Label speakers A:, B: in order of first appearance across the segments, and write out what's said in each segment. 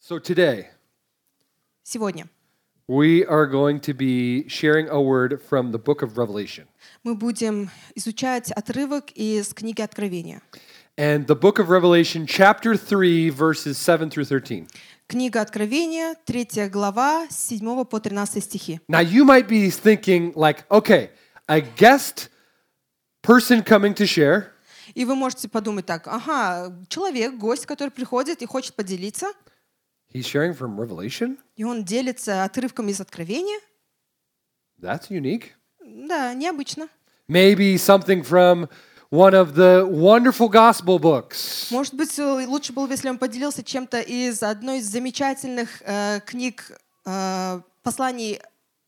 A: So today,
B: Сегодня
A: we are going to be sharing a word from the book of Revelation.
B: мы будем изучать отрывок из книги Откровения.
A: And the book of Revelation, chapter 3, verses 7 through 13.
B: Книга Откровения, 3 глава, с 7 по 13 стихи.
A: Now, you might be thinking, like, okay, a guest person coming to share,
B: И вы можете подумать так, ага, человек, гость, который приходит и хочет поделиться,
A: he's sharing from Revelation?
B: и он делится отрывком из Откровения.
A: That's unique.
B: Да, необычно.
A: Maybe something from one of the wonderful gospel books.
B: Может быть, э, лучше было бы, если он поделился чем-то из одной из замечательных э, книг э, посланий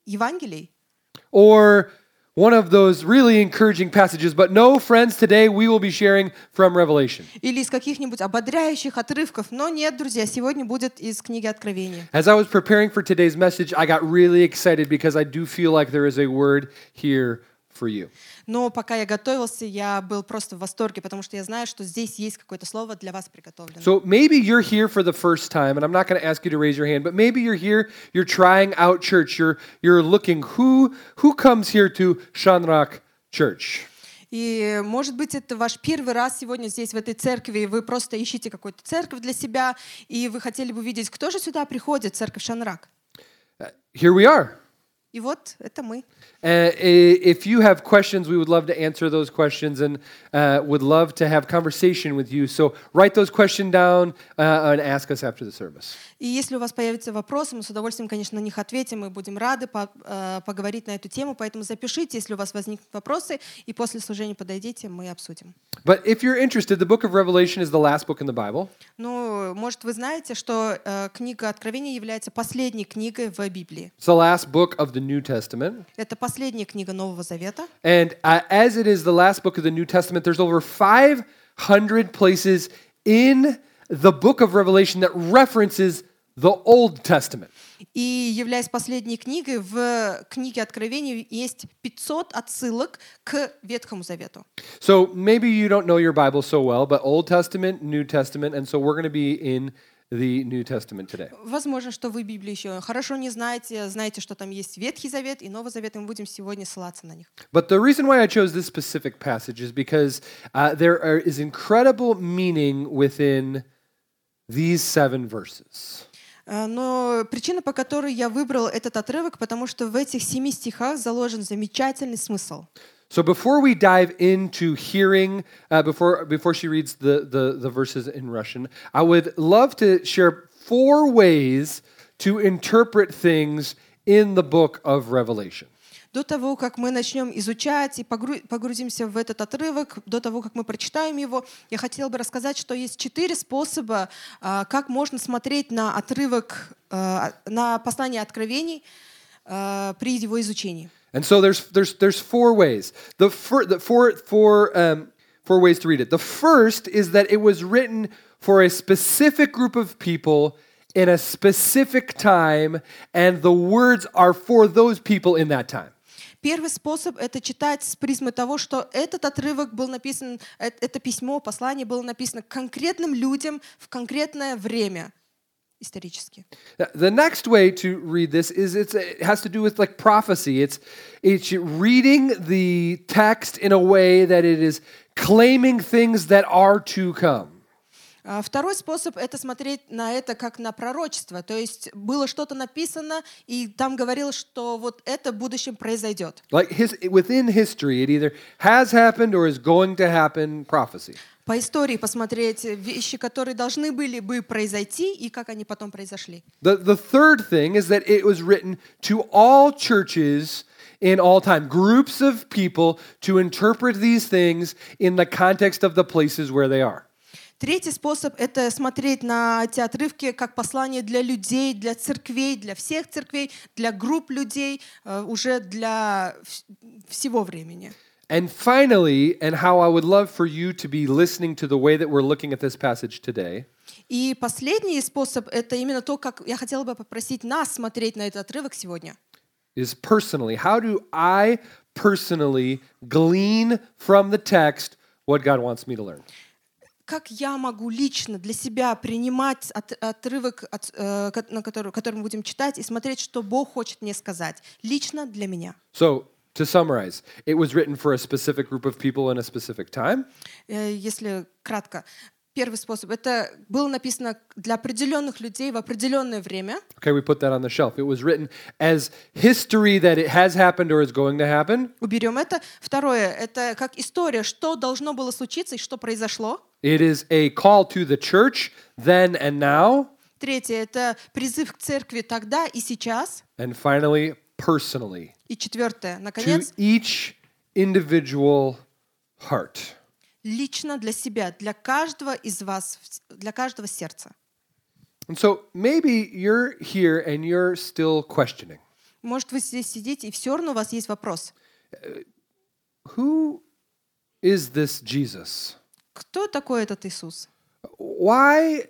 B: Евангелий.
A: or one of those really encouraging passages. But no, friends, today we will be sharing from Revelation.
B: или из каких-нибудь ободряющих отрывков. Но нет, друзья, сегодня будет из книги Откровения.
A: As I was preparing for today's message, I got really excited because I do feel like there is a word here for you.
B: Но пока я готовился, я был просто в восторге, потому что я знаю, что здесь есть какое-то слово для вас приготовлено.
A: So maybe you're here for the first time, and I'm not going to ask you to raise your hand, but maybe you're here, you're trying out church, you're you're looking who who comes here to Shanrak Church.
B: И, может быть, это ваш первый раз сегодня здесь, в этой церкви, и вы просто ищете какую-то церковь для себя, и вы хотели бы увидеть, кто же сюда приходит, церковь Шанрак.
A: Here we are.
B: И вот это мы.
A: Uh, i- if you have questions, we would love to answer those questions and uh, would love to have conversation with you. So write those questions down uh, and ask us after the service.
B: И если у вас появятся вопросы, мы с удовольствием, конечно, на них ответим, мы будем рады по- э, поговорить на эту тему, поэтому запишите, если у вас возникнут вопросы, и после служения подойдите, мы обсудим.
A: But if you're interested, the book of Revelation is the last book in the Bible.
B: Ну, может, вы знаете, что э, книга Откровения является последней книгой в Библии.
A: It's the last book of the New Testament.
B: Это последняя книга Нового Завета.
A: And uh, as it is the last book of the New Testament, there's over 500 places in the book of Revelation that references the Old Testament.
B: И являясь последней книгой, в книге Откровения есть 500 отсылок к Ветхому Завету.
A: So maybe you don't know your Bible so well, but Old Testament, New Testament, and so we're going to be in the New Testament today.
B: Возможно, что вы Библию еще хорошо не знаете, знаете, что там есть Ветхий Завет и Новый Завет, и мы будем сегодня ссылаться на них.
A: But the reason why I chose this specific passage is because uh, there are, is incredible meaning within these seven verses.
B: Э, Но причина, по которой я выбрал этот отрывок, потому что в этих семи стихах заложен замечательный смысл.
A: So before we dive into hearing, uh, before before she reads the, the the verses in Russian, I would love to share four ways to interpret things in the book of Revelation.
B: До того, как мы начнем изучать и погру- погрузимся в этот отрывок, до того, как мы прочитаем его, я хотела бы рассказать, что есть четыре способа, а, как можно смотреть на отрывок, а, на послание откровений а, при его изучении.
A: And so there's there's there's four ways. The, fir- the four four um, four ways to read it. The first is that it was written for a specific group of people in a specific time, and the words are for those people in that time.
B: Первый способ — это читать с призмы того, что этот отрывок был написан, э- это письмо, послание было написано конкретным людям в конкретное время исторически.
A: Th- The next way to read this is it's, it has to do with like prophecy. It's it's reading the text in a way that it is claiming things that are to come.
B: А, Второй способ — это смотреть на это как на пророчество. То есть было что-то написано, и там говорилось, что вот это в будущем произойдет.
A: Like his within history, it either has happened or is going to happen prophecy.
B: По истории посмотреть вещи, которые должны были бы произойти, и как они потом произошли.
A: The the third thing is that it was written to all churches in all time, groups of people to interpret these things in the context of the places where they are.
B: Третий способ — это смотреть на эти отрывки как послание для людей, для церквей, для всех церквей, для групп людей, э, уже для вс- всего времени.
A: And finally, and how I would love for you to be listening to the way that we're looking at this passage today,
B: И последний способ — это именно то, как я хотела бы попросить нас смотреть на этот отрывок сегодня.
A: is personally. How do I personally glean from the text what God wants me to learn?
B: как я могу лично для себя принимать от- отрывок, от, э, ко- на который, который мы будем читать, и смотреть, что Бог хочет мне сказать. Лично для меня.
A: So, to summarize, it was written for a specific group of people in a specific time.
B: Э, Если кратко. Первый способ. Это было написано для определенных людей в определенное время.
A: Okay, we put that on the shelf. It was written as history that it has happened or is going to happen.
B: Уберем это. Второе. Это как история, что должно было случиться и что произошло.
A: It is a call to the church then and now.
B: Третье. Это призыв к церкви тогда и сейчас.
A: And finally, personally,
B: И четвертое.
A: to
B: Наконец,
A: each individual heart.
B: лично для себя, для каждого из вас, в с- для каждого сердца.
A: And so maybe you're here and you're still questioning
B: Может, вы здесь сидите, и все равно у вас есть вопрос.
A: who is this Jesus?
B: Кто такой этот Иисус?
A: Why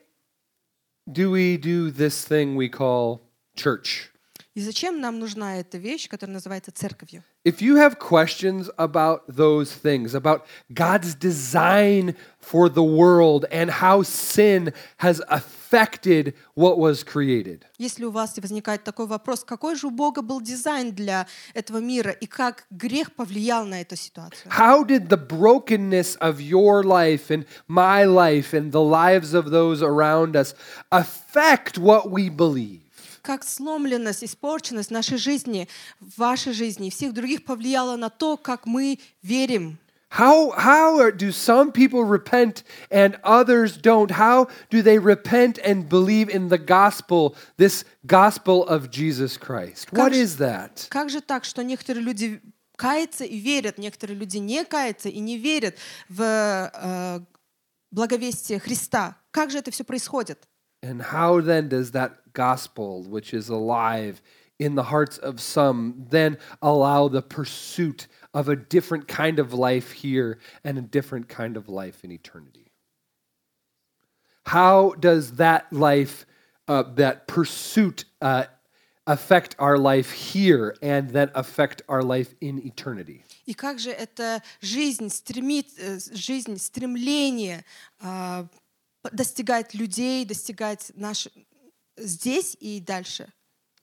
A: do we do this thing we call church?
B: И зачем нам нужна эта вещь, которая называется церковью?
A: If you have questions about those things, about God's design for the world and how sin has affected what was created,
B: Если у вас возникает такой вопрос, какой же у Бога был дизайн для этого мира и как грех повлиял на эту ситуацию?
A: how did the brokenness of your life and my life and the lives of those around us affect what we believe?
B: Как сломленность, испорченность нашей жизни, вашей жизни и всех других повлияла на то, как мы верим?
A: How, how are, do some people repent and others don't? How do they repent and believe in the gospel, this gospel of Jesus Christ? What
B: Как-
A: is that?
B: Как же так, что некоторые люди каются и верят, некоторые люди не каются и не верят в э, благовестие Христа? Как же это все происходит?
A: And how then does that gospel, which is alive in the hearts of some, then allow the pursuit of a different kind of life here and a different kind of life in eternity? How does that life, uh, that pursuit, uh, affect our life here and then affect our life in eternity?
B: И как же эта жизнь, стремит, э, с- жизнь стремление а, п- достигает людей, достигает наш здесь и дальше?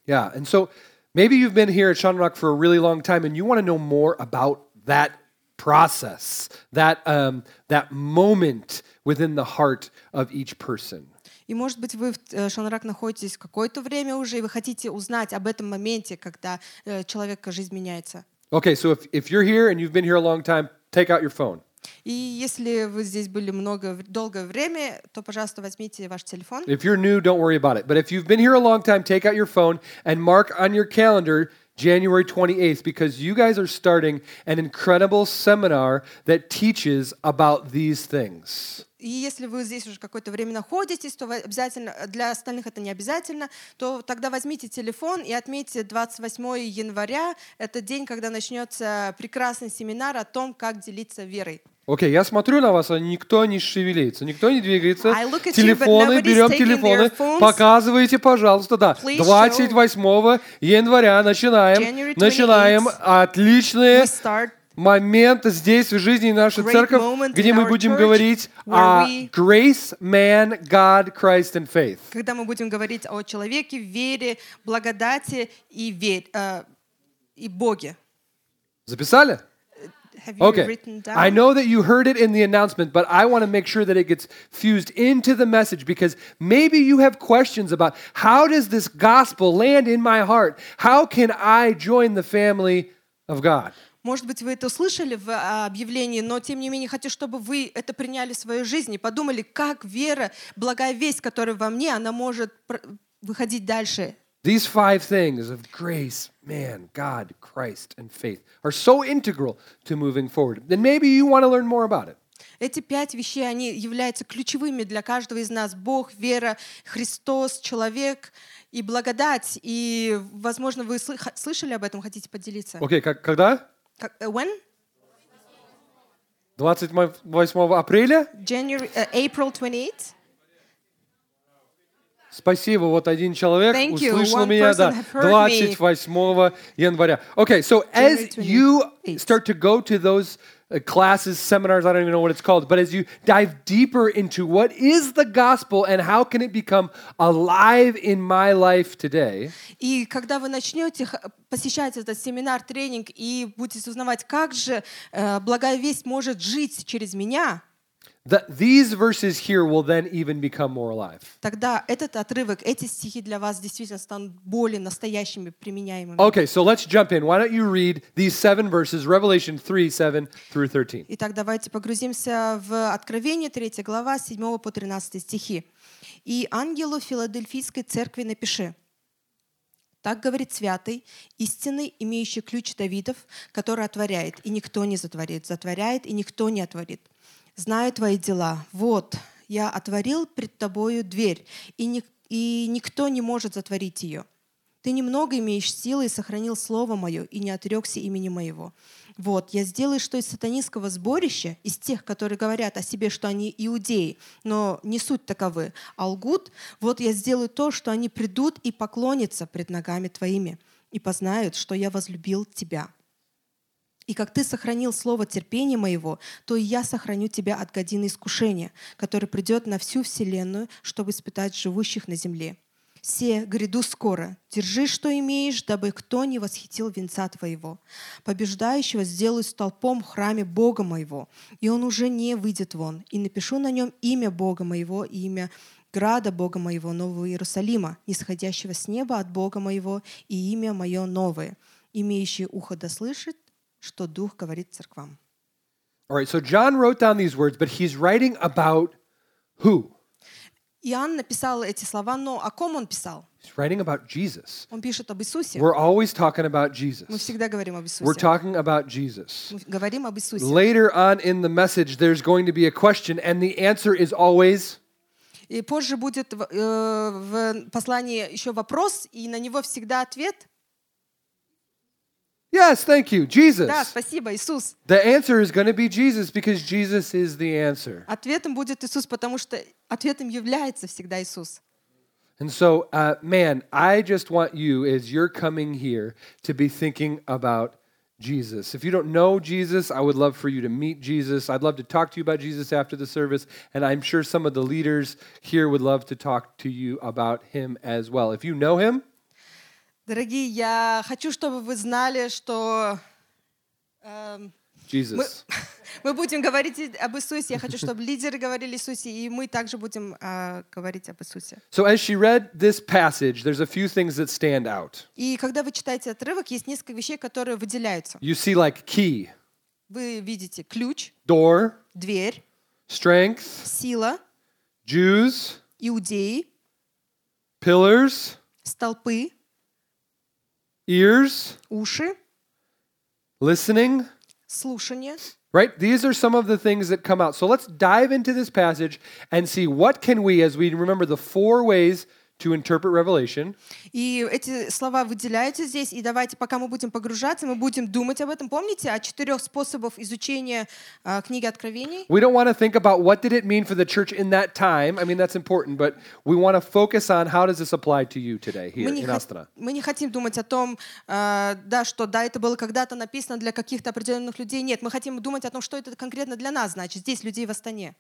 A: Yeah. And so maybe you've been here at Sean Rock for a really long time and you want to know more about that process, that, um, that moment within the heart of each person.
B: И, может быть, вы в э, Шанрак находитесь какое-то время уже, и вы хотите узнать об этом моменте, когда э, человека жизнь меняется.
A: Okay. So if, if you're here and you've been here a long time, take out your phone.
B: И если вы здесь были много, в- долгое время, то, пожалуйста, возьмите ваш телефон.
A: If you're new, don't worry about it. But if you've been here a long time, take out your phone and mark on your calendar January 28th because you guys are starting an incredible seminar that teaches about these things.
B: И если вы здесь уже какое-то время находитесь, то вы обязательно, э, для остальных это не обязательно, то тогда возьмите телефон и отметьте 28 января. Это день, когда начнется прекрасный семинар о том, как делиться верой.
A: Окей, я смотрю на вас, а никто не шевелится, никто не двигается.
B: I look at you, but
A: телефоны,
B: nobody's
A: берем
B: taking
A: телефоны,
B: their phones.
A: показывайте, пожалуйста, да.
B: Please
A: 28 января начинаем,
B: January
A: начинаем
B: 28th.
A: отличные
B: We start
A: момент здесь в жизни нашей
B: Great
A: церковь,
B: moment
A: где
B: in
A: мы
B: our
A: будем
B: church
A: говорить
B: where
A: о
B: we-
A: grace, man, God, Christ and faith.
B: когда мы будем говорить о человеке, вере, благодати и, вере, э, и Боге.
A: Записали?
B: Have you
A: Okay.
B: written down?
A: I know that you heard it in the announcement, but I want to make sure that it gets fused into the message because maybe you have questions about how does this gospel land in my heart? How can I join the family of God?
B: Может быть, вы это услышали в а, объявлении, но тем не менее хочу, чтобы вы это приняли в свою жизнь и подумали, как вера, благая весть, которая во мне, она может пр- выходить дальше.
A: These five things of grace, man, God, Christ, and faith are so integral to moving forward. Then maybe you want to learn more about it.
B: Эти пять вещей, они являются ключевыми для каждого из нас. Бог, вера, Христос, человек и благодать. И, возможно, вы слы- ха- слышали об этом, хотите поделиться?
A: Okay, как- когда?
B: Как- э, when?
A: 28 апреля?
B: January, э, April 28?
A: Спасибо, вот один человек
B: Thank you.
A: услышал
B: One
A: меня,
B: person
A: да,
B: have heard me.
A: 28 января. Okay, so as
B: January
A: you
B: 28th.
A: start to go to those uh, classes, seminars, I don't even know what it's called, but as you dive deeper into what is the gospel and how can it become alive in my life today,
B: И когда вы начнете х- посещать этот семинар, тренинг и будете узнавать, как же э, благая весть может жить через меня,
A: that these verses here will then even become more alive.
B: тогда этот отрывок, эти стихи для вас действительно станут более настоящими, применяемыми.
A: Okay, so let's jump in. Why don't you read these seven verses, Revelation 3 7 through 13?
B: Итак, давайте погрузимся в Откровение, 3 глава, 7 по 13 стихи. «И ангелу Филадельфийской церкви напиши, так говорит святый, истинный, имеющий ключ Давидов, который отворяет, и никто не затворит, затворяет, и никто не отворит. Знаю твои дела. Вот, я отворил пред тобою дверь, и, ни- и никто не может затворить ее. Ты немного имеешь силы и сохранил слово мое, и не отрекся имени моего. Вот, я сделаю, что из сатанинского сборища, из тех, которые говорят о себе, что они иудеи, но не суть таковы, а лгут, вот я сделаю то, что они придут и поклонятся пред ногами твоими, и познают, что я возлюбил тебя. И как ты сохранил слово терпения моего, то и я сохраню тебя от годины искушения, который придет на всю вселенную, чтобы испытать живущих на земле. Все, гряду скоро, держи, что имеешь, дабы кто не восхитил венца твоего. Побеждающего сделаю столпом в храме Бога моего, и он уже не выйдет вон, и напишу на нем имя Бога моего и имя града Бога моего, Нового Иерусалима, нисходящего с неба от Бога моего, и имя мое новое. Имеющий ухо да слышит, что Дух говорит церквам.
A: All right, so John wrote down these words, but he's writing about who?
B: Иоанн написал эти слова, но о ком он писал?
A: He's writing about Jesus.
B: Он пишет об Иисусе.
A: We're always talking about
B: Мы
A: Jesus.
B: всегда говорим
A: We're
B: об Иисусе.
A: talking about Jesus.
B: Мы говорим об Иисусе.
A: Later on in the message, there's going to be a question, and the answer is always
B: И позже будет в, э, в послании еще вопрос, и на него всегда ответ.
A: yes, thank you,
B: Да,
A: Jesus.
B: спасибо, Иисус.
A: The answer is going to be Jesus because Jesus is the answer.
B: Ответом будет Иисус, потому что ответом является всегда Иисус.
A: And so, uh, man, I just want you, as you're coming here, to be thinking about Jesus. If you don't know Jesus, I would love for you to meet Jesus. I'd love to talk to you about Jesus after the service, and I'm sure some of the leaders here would love to talk to you about him as well. If you know him,
B: Дорогие, я хочу, чтобы вы знали, что эм,
A: Jesus.
B: мы будем говорить и об Иисусе. Я хочу, чтобы лидеры говорили Иисусе, и мы также будем а, говорить об Иисусе.
A: So, as she read this passage, there's a few things that stand out.
B: И когда вы читаете отрывок, есть несколько вещей, которые выделяются.
A: You see, like, key,
B: Вы видите ключ,
A: door,
B: дверь,
A: strength,
B: сила,
A: Jews,
B: иудеи,
A: pillars,
B: столпы,
A: ears,
B: уши,
A: listening.
B: слушание.
A: Right? These are some of the things that come out. So let's dive into this passage and see what can we, as we remember the four ways to interpret Revelation,
B: И эти слова выделяются здесь. И давайте, пока мы будем погружаться, мы будем думать об этом. Помните о четырех способах изучения а, книги Откровений?
A: we don't want to think about what did it mean for the church in that time. I mean, that's important, but we want to focus on how does this apply to you today here
B: Мы не,
A: in
B: хот-
A: Astana.
B: мы не хотим думать о том, а, да, что да, это было когда-то написано для каких-то определенных людей. Нет, мы хотим думать о том, что это конкретно для нас значит, здесь, людей в Астане.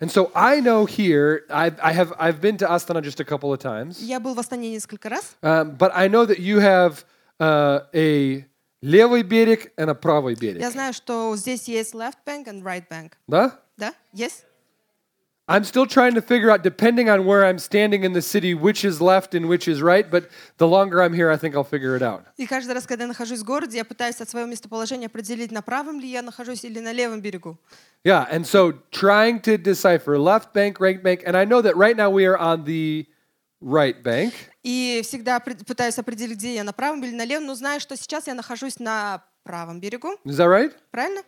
A: And so I know here, I've, I have, I've been to Astana just a couple of times,
B: Я был в Астане несколько раз.
A: um, but I know that you have uh, a левый берег and a правый
B: Я
A: берег.
B: знаю, что здесь есть left bank and right bank.
A: Да?
B: Да? Есть?
A: I'm still trying to figure out, depending on where I'm standing in the city, which is left and which is right. But the longer I'm here, I think I'll figure it out.
B: И каждый раз, когда я нахожусь в городе, я пытаюсь от своего местоположения определить, на правом ли я нахожусь или на левом берегу.
A: Yeah, and so trying to decipher left bank, right bank, and I know that right now we are on the right bank.
B: И всегда опре- пытаюсь определить, где я на правом или на левом, но знаю, что сейчас я нахожусь на правом берегу.
A: Is that right?
B: Правильно?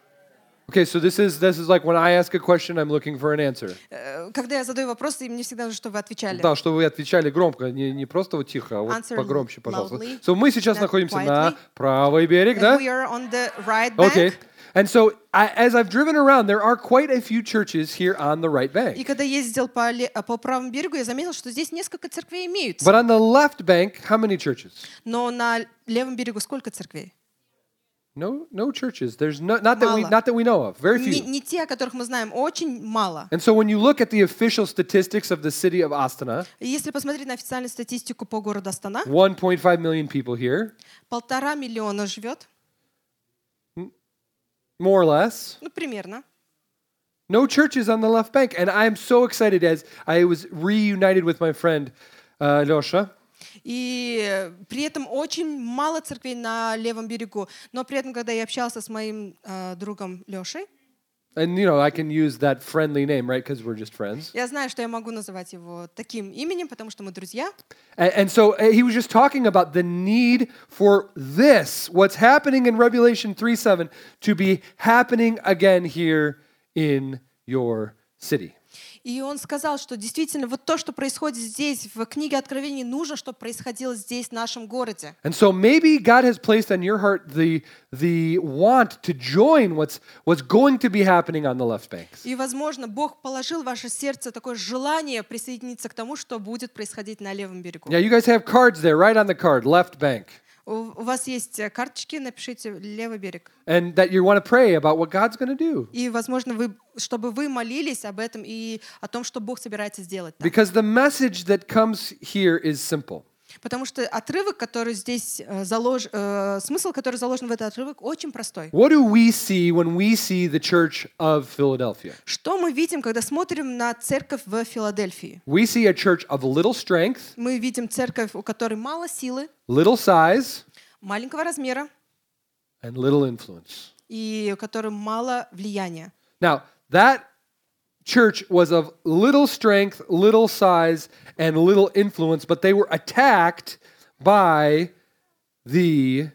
A: Okay, so this is this is like when I ask a question, I'm looking for an answer.
B: Э, Когда я задаю вопросы, и мне всегда нужно, чтобы вы отвечали.
A: Да, чтобы вы отвечали громко, не, не просто вот тихо, а вот
B: Answer
A: погромче, пожалуйста.
B: loudly,
A: So мы сейчас
B: not
A: находимся на
B: quietly.
A: правый берег,
B: And
A: да?
B: we are on the right bank.
A: Okay. And so I, as I've driven around, there are quite a few churches here on the right bank.
B: И когда я ездил по, ле- э, по правому берегу, я заметил, что здесь несколько церквей имеются.
A: But on the left bank, how many churches?
B: Но на левом берегу сколько церквей?
A: No, no churches. There's no, not that we
B: Мало.
A: not that we know of. Very
B: Не,
A: few.
B: не те, о которых мы знаем, очень мало.
A: And so when you look at the official statistics of the city of Astana,
B: И Если посмотреть на официальную статистику по городу Астана,
A: 1.5 million people here,
B: полтора миллиона живет,
A: more or less.
B: ну примерно.
A: No churches on the left bank, and I'm so excited as I was reunited with my friend uh, Losha.
B: И э, при этом очень мало церквей на левом берегу. Но при этом, когда я общался с моим э, другом Лешей,
A: And you know, I can use that friendly name, right? Because we're just friends.
B: я знаю, что я могу называть его таким именем, потому что мы друзья.
A: And, and so uh, he was just talking about the need for this, what's happening in Revelation 3 7, to be happening again here in your city.
B: И он сказал, что действительно вот то, что происходит здесь, в книге Откровений, нужно, чтобы происходило здесь, в нашем городе.
A: And so maybe God has placed on your heart the, the want to join what's, what's going to be happening on the left banks.
B: И, возможно, Бог положил в ваше сердце такое желание присоединиться к тому, что будет происходить на левом берегу.
A: Yeah, you guys have cards there, right on the card, left bank.
B: У у вас есть э, карточки, напишите «Левый берег».
A: And that you want to pray about what God's going to do.
B: И, возможно, вы, чтобы вы молились об этом и о том, что Бог собирается сделать. там.
A: Because the message that comes here is simple.
B: Потому что отрывок, который здесь э, залож... э, смысл, который заложен в этот отрывок, очень простой.
A: What do we see when we see the church of Philadelphia?
B: Что мы видим, когда смотрим на церковь в Филадельфии?
A: We see a church of little strength,
B: Мы видим церковь, у которой мало силы,
A: little size,
B: маленького размера
A: and little influence.
B: и у которой мало влияния.
A: Now, that church was of little strength, little size, and little influence, but they were attacked by the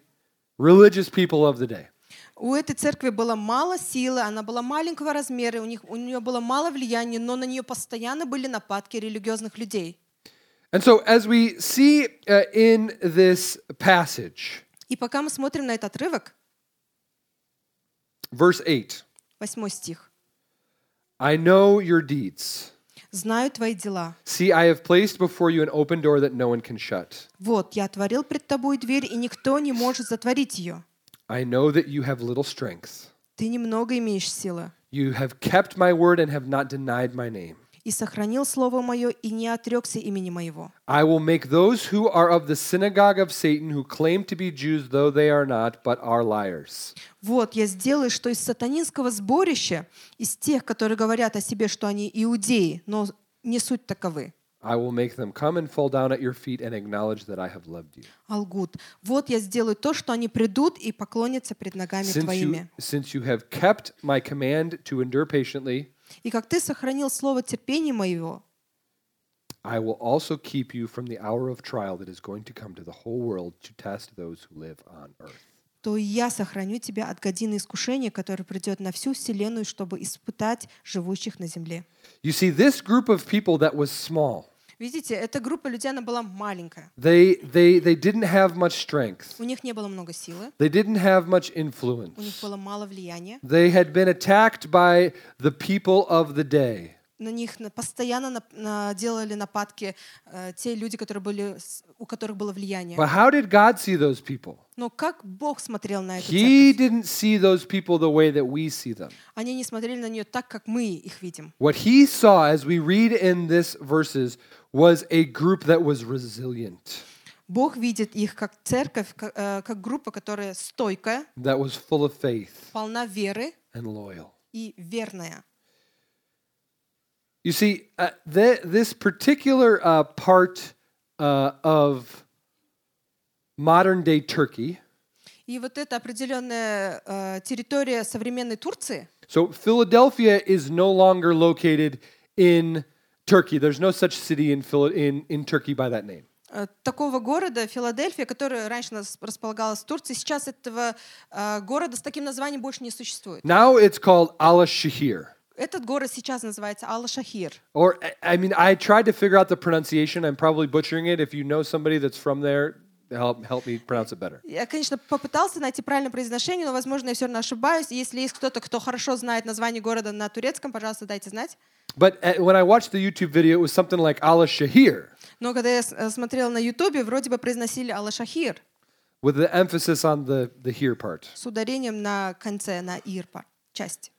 A: religious people of the day.
B: У этой церкви было мало силы, она была маленького размера, у, них, у нее было мало влияния, но на нее постоянно были нападки религиозных людей.
A: And so, as we see uh, in this passage,
B: И пока мы смотрим на этот отрывок,
A: verse 8
B: восьмой стих.
A: I know your deeds.
B: «Знаю твои дела.
A: See, I have placed before you an open door that no one can shut.
B: Вот, я отворил пред тобой дверь, и никто не может затворить ее.
A: I know that you have little strength.
B: Ты немного имеешь силы.
A: You have kept my word and have not denied my name.
B: И сохранил слово мое, и не отрекся имени моего.
A: I will make those who are of the synagogue of Satan, who claim to be Jews, though they are not, but are liars.
B: Вот, я сделаю, что из сатанинского сборища, из тех, которые говорят о себе, что они иудеи, но не суть таковы,
A: I will make them come and fall down at your feet and acknowledge that I have loved you.
B: а лгут. Вот, я сделаю то, что они придут и поклонятся пред ногами
A: Since you,
B: твоими.
A: since you have kept my command to endure patiently,
B: И как ты сохранил слово терпения моего,
A: I will also keep you from the hour of trial that is going to come to the whole world to test those who live on earth.
B: то и я сохраню тебя от годины искушения, которое придет на всю вселенную, чтобы испытать живущих на земле.
A: You see, this group of people that was small,
B: Видите, эта группа людей, она была маленькая.
A: they, they, they didn't have much strength.
B: У них не было много силы,
A: They didn't have much
B: у них
A: influence.
B: было мало влияния.
A: They had been attacked by the people of the day.
B: На них на- постоянно нап- на- делали нападки э, те люди, которые были, с- у которых было влияние.
A: But how did God see those people?
B: Но как Бог смотрел на эту церковь?
A: He didn't see those people the way that we see them.
B: Они не смотрели на нее так, как мы их видим.
A: What he saw, as we read in this verses, was a group that was resilient,
B: Бог видит их как церковь, ка- э, как группа, которая стойкая,
A: that was full of faith
B: полна веры
A: and loyal.
B: и верная.
A: You see, uh, th- this particular uh, part uh, of modern day Turkey,
B: И вот эта определенная э, территория современной Турции,
A: so Philadelphia is no longer located in Turkey. There's no such city in, Phil- in, in Turkey by that name.
B: э, такого города, Филадельфия, которая раньше нас располагалась в Турции, сейчас этого э, города с таким названием больше не существует.
A: Now it's called Al Shahir.
B: Этот город сейчас называется Алла-Шахир.
A: Or, I- I mean, I tried to figure out the pronunciation. I'm probably butchering it. If you know somebody that's from there, help, help me pronounce it better.
B: Я, конечно, попытался найти правильное произношение, но, возможно, я все равно ошибаюсь. Если есть кто-то, кто хорошо знает название города на турецком, пожалуйста, дайте знать.
A: But uh, when I watched the YouTube video, it was something like Al Shahir.
B: Но когда я с- э, смотрела на Ютубе, вроде бы произносили Алла-Шахир.
A: with the emphasis on the, the here part.
B: с ударением на конце, на ирпа, часть.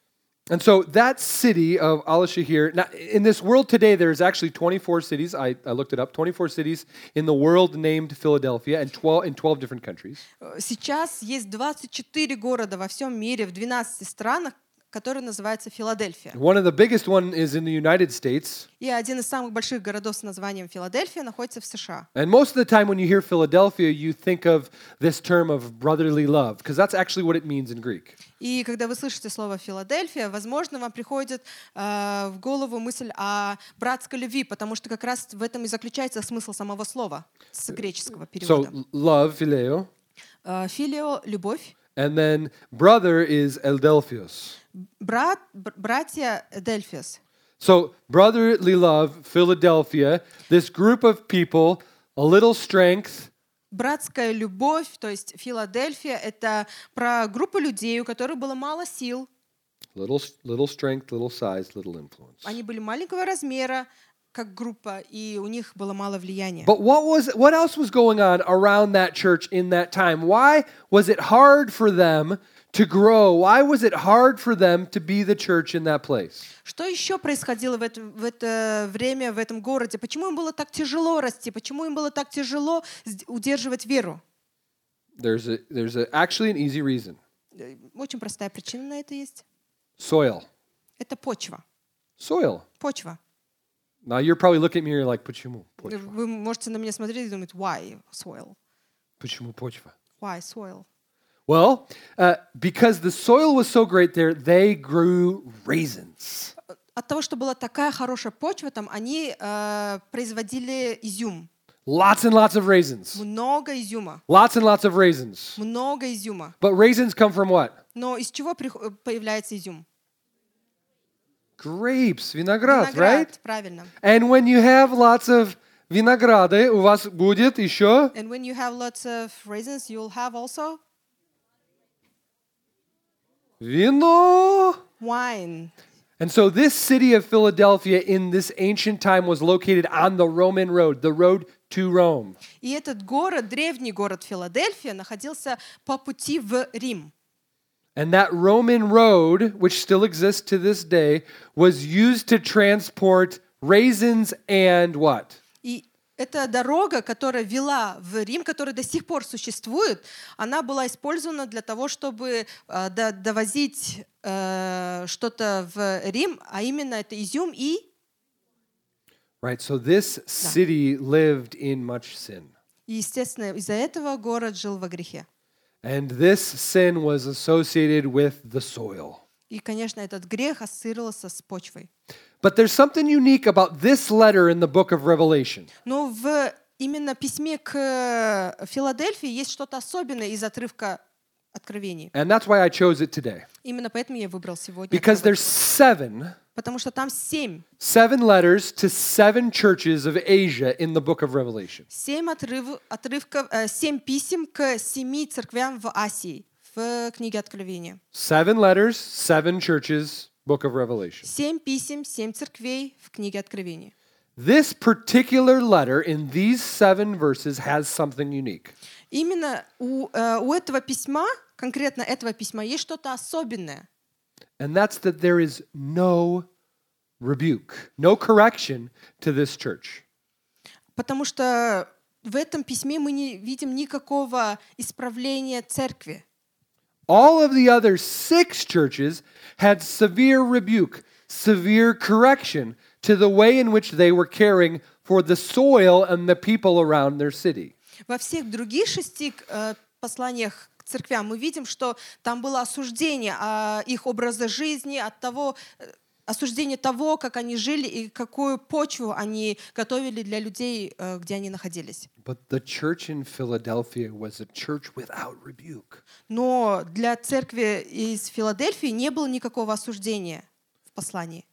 A: And so that city of Al Shahir, now in this world today, there's actually 24 cities. I, I looked it up 24 cities in the world named Philadelphia and 12, in 12 different countries.
B: Э, Сейчас есть 24 города во всем мире, в 12 странах, который называется Филадельфия.
A: One of the biggest one is in the United States.
B: И один из самых больших городов с названием Филадельфия находится в США.
A: And most of the time when you hear Philadelphia, you think of this term of brotherly love, because that's actually what it means in Greek.
B: И когда вы слышите слово Филадельфия, возможно, вам приходит э, в голову мысль о братской любви, потому что как раз в этом и заключается смысл самого слова с греческого
A: So
B: перевода.
A: l- love, phileo,
B: Э, Филио — любовь,
A: and then brother is eldelphios.
B: брат, бр- братья — дельфиос.
A: So, brotherly love, Philadelphia, this group of people, a little strength,
B: Братская любовь, то есть Филадельфия — это про группу людей, у которых было мало сил,
A: little, s- little strength, little size, little influence.
B: они были маленького размера, как группа, и у них было мало влияния.
A: But what was what else was going on around that church in that time? Why was it hard for them to grow? Why was it hard for them to be the church in that place?
B: Что еще происходило в это, в это время в этом городе? Почему им было так тяжело расти? Почему им было так тяжело сд- удерживать веру?
A: There's a there's a, actually an easy reason.
B: Э, Очень простая причина на это есть.
A: Soil.
B: Это почва.
A: Soil.
B: Почва.
A: Now you're probably looking at me and you're like, почему? Почва.
B: Вы можете на меня смотреть и думать, why soil?
A: Почему почва?
B: Why soil?
A: Well, uh, because the soil was so great there, they grew raisins.
B: Э, От того, что была такая хорошая почва, там они э, производили изюм.
A: Lots and lots of raisins.
B: Много изюма.
A: Lots and lots of raisins.
B: Много изюма.
A: But raisins come from what?
B: Но из чего прих- э, появляется изюм?
A: Grapes, виноград, right?
B: Виноград, правильно.
A: And when you have lots of винограды, у вас будет еще
B: And when you have lots of raisins, you'll have also
A: вино.
B: wine.
A: And so this city of Philadelphia in this ancient time was located on the Roman road, the road to Rome.
B: И этот город, древний город Филадельфия, находился по пути в Рим.
A: And that Roman road, which still exists to this day, was used to transport raisins and what?
B: И эта дорога, которая вела в Рим, которая до сих пор существует, она была использована для того, чтобы э, до- довозить э, что-то в Рим, а именно это изюм и...
A: Right, so this city lived in much sin.
B: И, естественно, из-за этого город жил во грехе.
A: And this sin was associated with the soil.
B: И, конечно, этот грех ассоциировался с почвой.
A: But there's something unique about this letter in the book of Revelation.
B: Но в именно письме к э, Филадельфии есть что-то особенное из отрывка Откровений.
A: And that's why I chose it today.
B: Именно поэтому я выбрал сегодня.
A: Because
B: отрывок.
A: there's seven,
B: Потому что там семь.
A: seven letters to seven churches of Asia in the book of Revelation.
B: Семь отрыв- отрывков, э, семь писем к семи церквям в Асии в книге Откровения.
A: Seven letters, seven churches, book of Revelation.
B: Семь писем, семь церквей в книге Откровения.
A: This particular letter in these seven verses has something unique.
B: Именно у, э, у этого письма, конкретно этого письма, есть что-то особенное.
A: And that's that there is no rebuke, no correction to this church.
B: Потому что в этом письме мы не видим никакого исправления церкви.
A: All of the other six churches had severe rebuke, severe correction to the way in which they were caring for the soil and the people around their city.
B: Во всех других шести э, посланиях к церквям мы видим, что там было осуждение а, их образа жизни, от того, э, осуждение того, как они жили и какую почву они готовили для людей, э, где они находились.
A: But the church in Philadelphia was a church without rebuke.
B: Но для церкви из Филадельфии не было никакого осуждения в послании.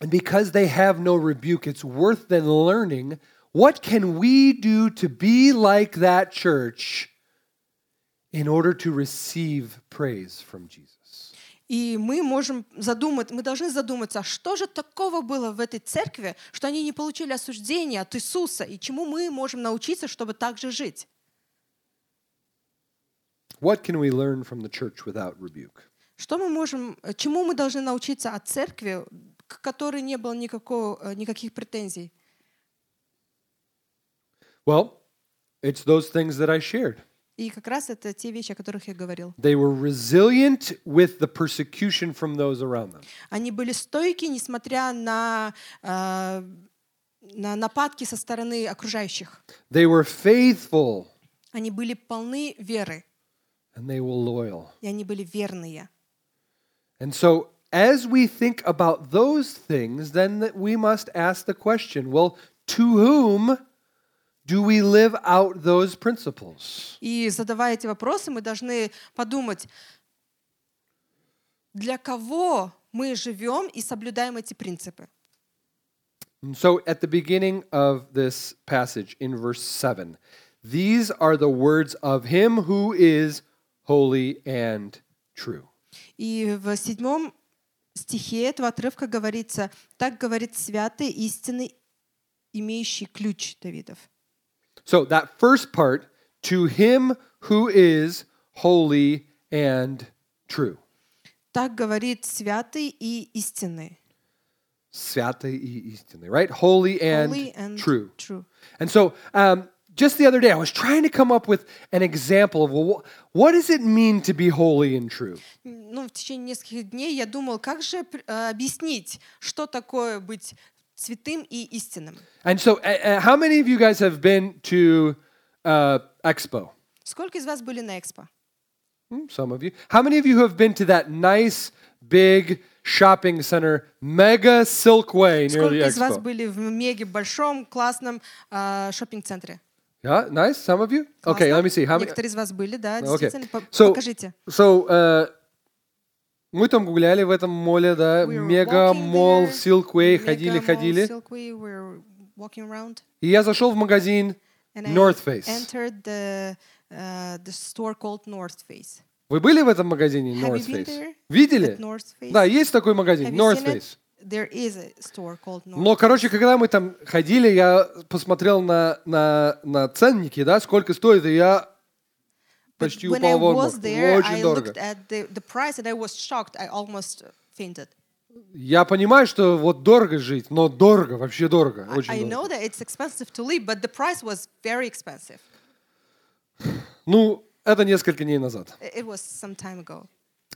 A: And because they have no rebuke, it's worth then learning what can we do to be like that church in order to receive praise from Jesus.
B: И мы можем задумать, мы должны задуматься, а что же такого было в этой церкви, что они не получили осуждения от Иисуса, и чему мы можем научиться, чтобы так же жить?
A: What can we learn from the church without rebuke?
B: Что мы можем, э, чему мы должны научиться от церкви, к которой не было никакого, э, никаких претензий?
A: Well, it's those things that I shared.
B: И как раз это те вещи, о которых я говорил.
A: They were resilient with the persecution from those around them.
B: Они были стойки, несмотря на, э, на нападки со стороны окружающих.
A: They were faithful
B: Они были полны веры,
A: and they were loyal.
B: и они были верные.
A: And so, as we think about those things, then that we must ask the question well, to whom do we live out those principles?
B: И задавая эти вопросы, мы должны подумать, для кого мы живем и соблюдаем эти принципы.
A: And so, at the beginning of this passage in verse 7, these are the words of him who is holy and true.
B: И в седьмом стихе этого отрывка говорится, так говорит святый истины, имеющий ключ Давидов.
A: So, that first part, to him who is holy and true.
B: Так говорит святый и истинный.
A: Святый и истинный, right? Holy and,
B: Holy and
A: true. And so, um, just the other day, I was trying to come up with an example of well, wh- what does it mean to be holy and true?
B: Ну, в течение нескольких дней я думал, как же пр- э, объяснить, что такое быть святым и истинным.
A: And so, uh, uh, how many of you guys have been to uh, Expo?
B: Сколько из вас были на экспо?
A: Hmm, Some of you. How many of you have been to that nice big shopping center, Mega Silkway near the
B: Сколько из вас
A: Expo?
B: были в меге большом, классном э, шопинг центре
A: Yeah, nice. Some of you. Okay, let me see. How many?
B: Некоторые из вас были, да,
A: Okay.
B: действительно. По-
A: So,
B: Покажите.
A: so uh, мы там гуляли в этом моле, да,
B: We were
A: Мега
B: walking
A: Мол,
B: there,
A: Silkway,
B: Mega
A: ходили,
B: Mall,
A: ходили.
B: Silkway, we were walking around,
A: И я зашел в магазин
B: and I
A: North Face.
B: entered the, uh, the store called North Face.
A: Вы были в этом магазине
B: Have
A: North
B: you been
A: Face?
B: there?
A: Видели?
B: At North Face?
A: Да, есть такой магазин
B: Have you
A: North
B: seen it?
A: Face.
B: There is a store called North
A: Но, короче, когда мы там ходили, я посмотрел на, на, на ценники, да, сколько стоит, и я
B: But
A: почти
B: when
A: упал в
B: I was
A: обморок.
B: there,
A: Очень
B: I
A: дорого.
B: looked at the, the price and I was shocked. I almost fainted.
A: Я понимаю, что вот дорого жить, но дорого, вообще дорого,
B: I-
A: очень
B: I
A: дорого.
B: know that it's expensive to live, but the price was very expensive.
A: Ну, это несколько дней назад.
B: I- It was some time ago.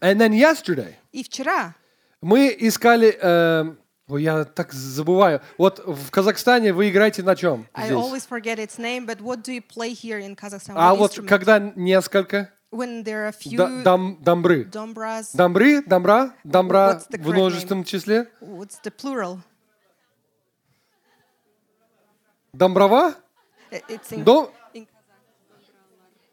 A: And then yesterday
B: И вчера
A: мы искали... эм, ой, я так забываю. Вот в Казахстане вы играете на чем?
B: I always forget its name, but what do you play here in Kazakhstan?
A: А
B: What
A: вот
B: instrument?
A: когда несколько
B: When there are a few
A: да- дам- дамбры.
B: dombras,
A: Дамбры, дамбра, дамбра
B: What's the
A: в
B: correct
A: множественном числе.
B: what's the plural?
A: Дамброва?
B: I- Э, It's in,
A: Дом...
B: in-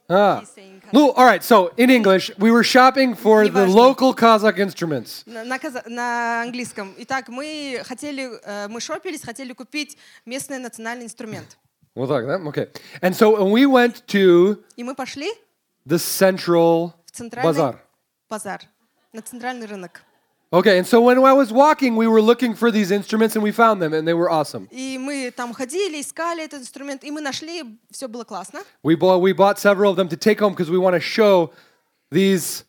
A: А.
B: He's saying Kazakh.
A: Ну, all right, so in English, we were shopping for the
B: Неважно.
A: local Kazakh instruments.
B: на, на каза- на английском. Итак, мы хотели, э, мы шопились, хотели купить местный национальный инструмент.
A: Вот так, да? Okay. And so and we went to
B: И мы пошли
A: the central
B: в центральный
A: bazaar.
B: базар, на центральный рынок.
A: Okay, and so when I was walking, we were looking for these instruments and we found them and they were awesome.
B: И мы там ходили, искали этот инструмент, и мы нашли, все было классно.
A: We bought we bought several of them to take home because we want to show these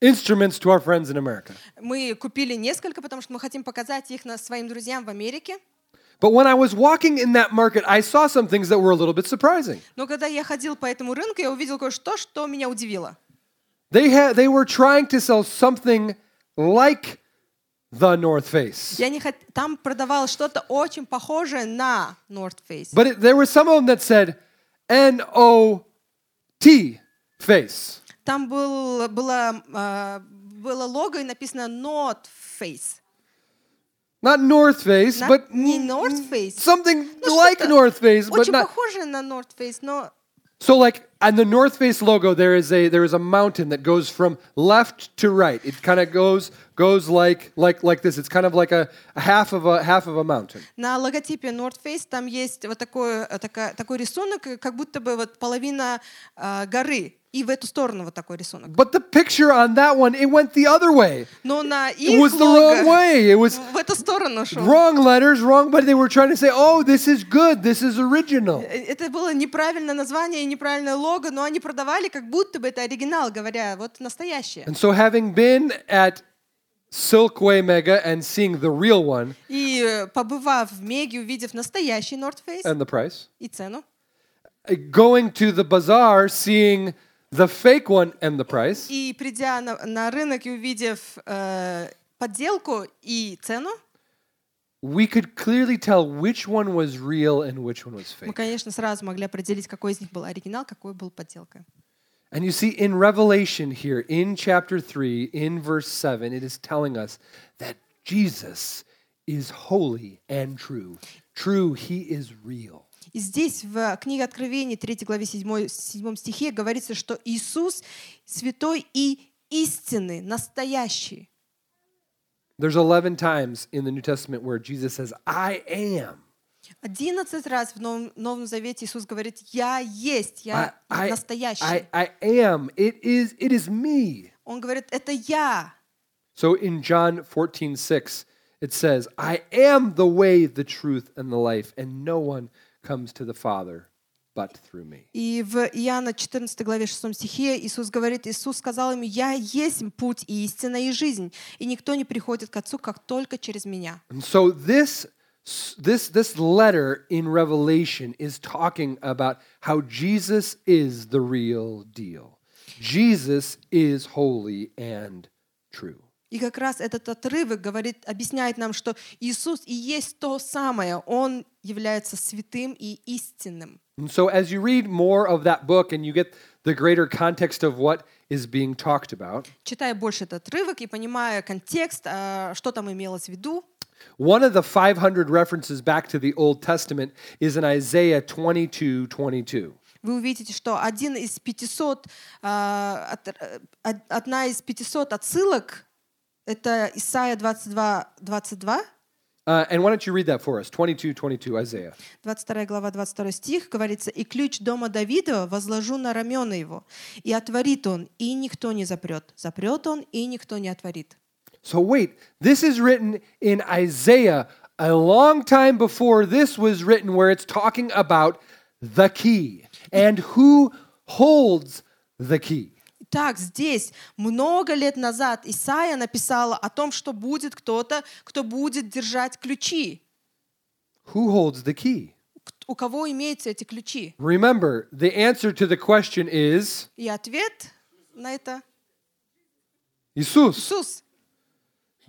A: instruments to our friends in America.
B: Мы купили несколько, потому что мы хотим показать их на своим друзьям в Америке.
A: But when I was walking in that market, I saw some things that were a little bit surprising.
B: Но когда я ходил по этому рынку, я увидел кое-что, что меня удивило.
A: They had they were trying to sell something like the North Face.
B: Я не хот- Там продавал что-то очень похожее на North Face.
A: But it, there were some of them that said N O T face.
B: Там был, было, э, было лого и написано North Face.
A: Not North Face,
B: На-
A: but
B: не
A: n-
B: North Face.
A: something
B: Ну,
A: like
B: что-то
A: North Face, but
B: Очень
A: not
B: похоже на North Face, но
A: So like on the North Face logo, there is a there is a mountain that goes from left to right. It kind of goes goes like like like this. It's kind of like a, a half of a half of a mountain.
B: на логотипе North Face там есть вот такой, такой рисунок, э, как будто бы вот половина э, горы. И в эту сторону вот такой рисунок.
A: But the picture on that one, it went the other way.
B: Но на
A: It
B: их
A: was the
B: лого
A: wrong way. It was
B: в эту сторону шел.
A: wrong letters, wrong, but they were trying to say, oh, this is good, this is original.
B: Э, Это было неправильное название и неправильное лого, но они продавали, как будто бы это оригинал, говоря, вот настоящее.
A: And so, having been at Silkway Mega and seeing the real one
B: И э, побывав в Меге, увидев настоящий North Face
A: and the price,
B: и цену,
A: going to the bazaar, seeing the fake one and the price,
B: и придя на, на рынок и увидев э, подделку и цену,
A: we could clearly tell which one was real and which one was
B: мы,
A: fake.
B: конечно, сразу могли определить, какой из них был оригинал, какой был подделка.
A: And you see, in Revelation here, in chapter 3, in verse 7, it is telling us that Jesus is holy and true. True, he is real.
B: И здесь в книге Откровений, 3 главе 7, 7 стихе говорится, что Иисус святой и истинный, настоящий.
A: There's 11 times in the New Testament where Jesus says, I am.
B: 11 раз в Новом, Новом Завете Иисус говорит, я есть,
A: I,
B: я
A: I,
B: настоящий.
A: I, I am. It is, it is me.
B: Он говорит, это я.
A: So in John 14, 6, it says, I am the way, the truth, and the life, and no one comes to the Father but through me.
B: И в Иоанна 14 главе 6 стихе Иисус говорит, Иисус сказал им, «Я есть путь и истина и жизнь, и никто не приходит к Отцу, как только через Меня».
A: And so this this this letter in Revelation is talking about how Jesus is the real deal. Jesus is holy and true.
B: И как раз этот отрывок говорит, объясняет нам, что Иисус и есть то самое, Он является святым и истинным.
A: And so as you read more of that book and you get the greater context of what is being talked about,
B: Читая больше этот отрывок и понимая контекст, а, что там имелось в виду,
A: one of the 500 references back to the Old Testament is in Isaiah 22, 22.
B: вы увидите, что один из 500, а, от- э, од- одна из 500 отсылок — это Исайя 22, 22,
A: Uh, and why don't you read that for us? 22, 22, Isaiah.
B: 22 глава, 22 стих, говорится, «И ключ дома Давидова возложу на рамена его, и отворит он, и никто не запрет, запрет он, и никто не отворит».
A: So wait, this is written in Isaiah a long time before this was written, where it's talking about the key and who holds the key.
B: Так, здесь много лет назад Исаия написала о том, что будет кто-то, кто будет держать ключи.
A: Who holds the key?
B: Кт- У кого имеются эти ключи?
A: Remember, the answer to the question is
B: И ответ на это —
A: Jesus.
B: Иисус.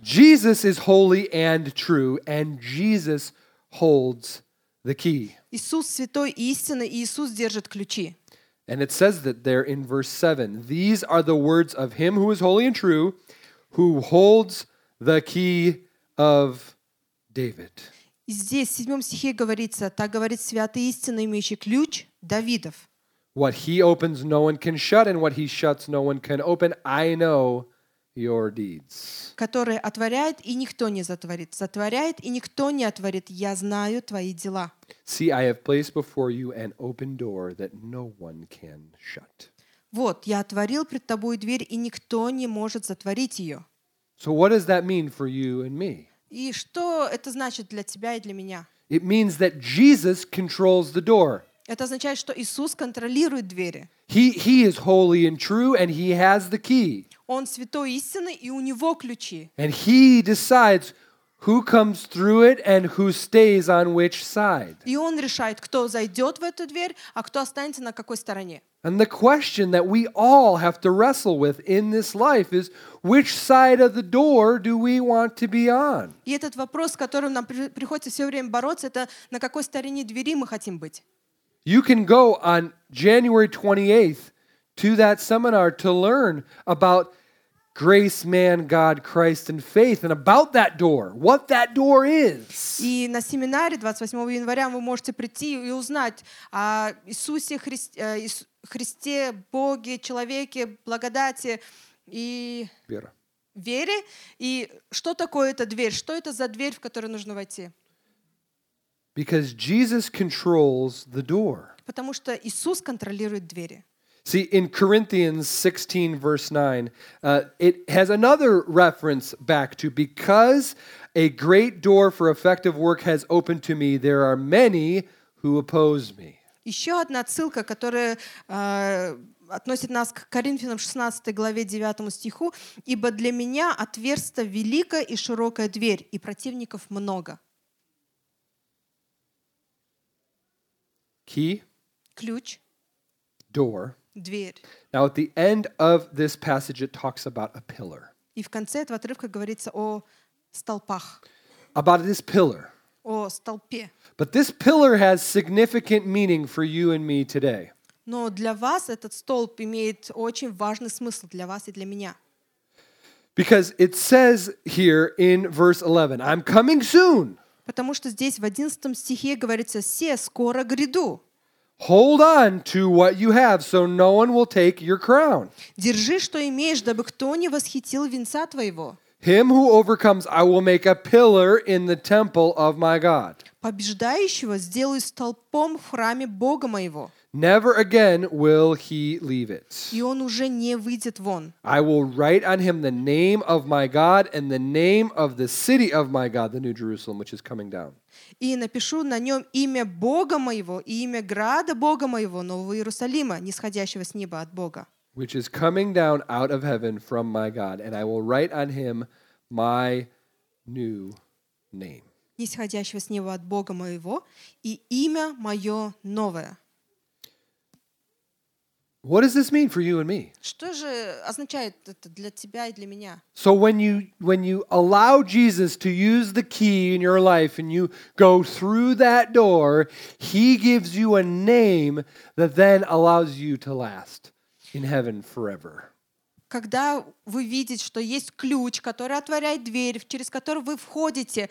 A: Jesus is holy and true, and Jesus holds the key.
B: Иисус святой и истинный, и Иисус держит ключи.
A: And it says that there in verse 7 these are the words of him who is holy and true, who holds the key of David.
B: И здесь в седьмом стихе говорится, так говорит святый истинный, имеющий ключ Давидов.
A: What he opens, no one can shut, and what he shuts, no one can open. I know your deeds.
B: который отворяет, и никто не затворит, затворяет, и никто не отворит. Я знаю твои дела.
A: See, I have placed before you an open door that no one can shut.
B: Вот, я отворил пред тобой дверь, и никто не может затворить ее.
A: So, what does that mean for you and me?
B: И что это значит для тебя и для меня?
A: It means that Jesus controls the door.
B: Это означает, что Иисус контролирует двери.
A: He, he is holy and true, and he has the key.
B: Он святой истины, и у него ключи.
A: And he decides who comes through it and who stays on which side.
B: И он решает, кто зайдет в эту дверь, а кто останется на какой стороне.
A: And the question that we all have to wrestle with in this life is which side of the door do we want to be on?
B: И этот вопрос, с которым нам при- приходится все время бороться, это на какой стороне двери мы хотим быть.
A: You can go on January 28th to that seminar to learn about grace, man, God, Christ, and faith, and about that door, what that door is.
B: И на семинаре 28 января вы можете прийти и узнать о Иисусе Хрис- э, Иис- Христе, Боге, человеке, благодати и
A: Vera.
B: вере. И что такое эта дверь? Что это за дверь, в которую нужно войти?
A: Because Jesus controls the door.
B: Потому что Иисус контролирует двери.
A: See, in Corinthians 16, verse 9, uh, it has another reference back to because a great door for effective work has opened to me, there are many who oppose me.
B: Еще одна отсылка, которая э, относит нас к Коринфянам 16 главе 9 стиху. «Ибо для меня отверста велика и широкая дверь, и противников много».
A: Key,
B: Ключ,
A: door.
B: дверь.
A: Now, at the end of this passage, it talks about a pillar.
B: И в конце этого отрывка говорится о столпах,
A: About this pillar.
B: о столпе.
A: But this pillar has significant meaning for you and me today.
B: Но для вас этот столб имеет очень важный смысл, для вас и для меня.
A: Because it says here in verse 11, I'm coming soon.
B: Потому что здесь в 11 стихе говорится «Се, скоро гряду».
A: Hold on to what you have so no one will take your crown.
B: Держи, что имеешь, дабы кто не восхитил венца твоего.
A: Him who overcomes, I will make a pillar in the temple of my God.
B: Побеждающего сделаю столпом в храме Бога моего,
A: Never again will he leave it.
B: и он уже не выйдет вон.
A: I will write on him the name of my God and the name of the city of my God, the New Jerusalem, which is coming down.
B: И напишу на нем имя Бога моего и имя града Бога моего, Нового Иерусалима, нисходящего с неба от Бога.
A: which is coming down out of heaven from my God, and I will write on him my new name.
B: Нисходящего с неба от Бога моего, и имя мое новое.
A: What does this mean for you and me?
B: Что же означает это для тебя и для меня?
A: So when you when you allow Jesus to use the key in your life and you go through that door, he gives you a name that then allows you to last in heaven forever.
B: Когда вы видите, что есть ключ, который отворяет дверь, через который вы входите,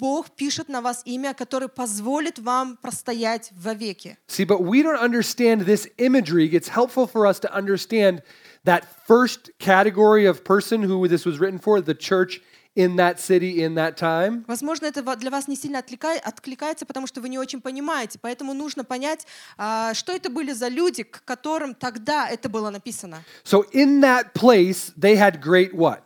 B: Бог пишет на вас имя, которое позволит вам простоять вовеки.
A: See, but we don't understand this imagery. It's helpful for us to understand that first category of person who this was written for, the church in that city in that time.
B: Возможно, это ва- для вас не сильно отклика- откликается, потому что вы не очень понимаете. Поэтому нужно понять, а, что это были за люди, к которым тогда это было написано.
A: So in that place, they had great what?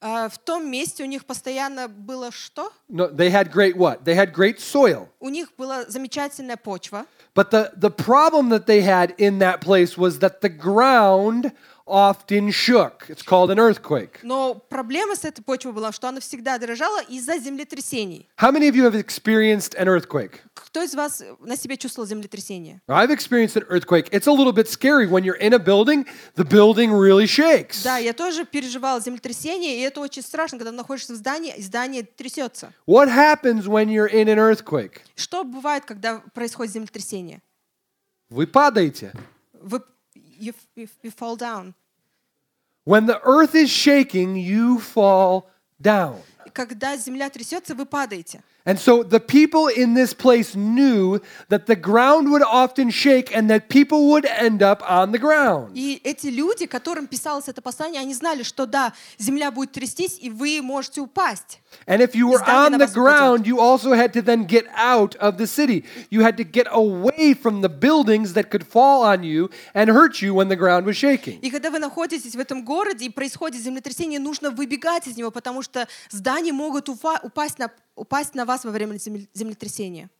B: А, В том месте у них постоянно было что?
A: No, they had great what? They had great soil.
B: У них была замечательная почва.
A: But the, the problem that they had in that place was that the ground often shook. It's called an earthquake.
B: Но проблема с этой почвой была, что она всегда дрожала из-за землетрясений.
A: How many of you have experienced an earthquake?
B: Кто из вас на себе чувствовал землетрясение?
A: I've experienced an earthquake. It's a little bit scary when you're in a building, the building really shakes.
B: Да, я тоже переживала землетрясение, и это очень страшно, когда находишься в здании, и здание трясется.
A: What happens when you're in an earthquake?
B: Что бывает, когда происходит землетрясение?
A: Вы падаете.
B: Вы you, you- you fall down.
A: When the earth is shaking, you fall down.
B: И Когда земля трясется, вы падаете.
A: And so the people in this place knew that the ground would often shake and that people would end up on the ground.
B: И эти люди, которым писалось это послание, они знали, что да, земля будет трястись, и вы можете упасть.
A: And if you were on
B: Здание на
A: the
B: вас упадет.
A: ground, you also had to then get out of the city. You had to get away from the buildings that could fall on you and hurt you when the ground was shaking.
B: И когда вы находитесь в этом городе и происходит землетрясение, нужно выбегать из него, потому что здания могут уфа- упасть, на, упасть на вас во время земле- землетрясения.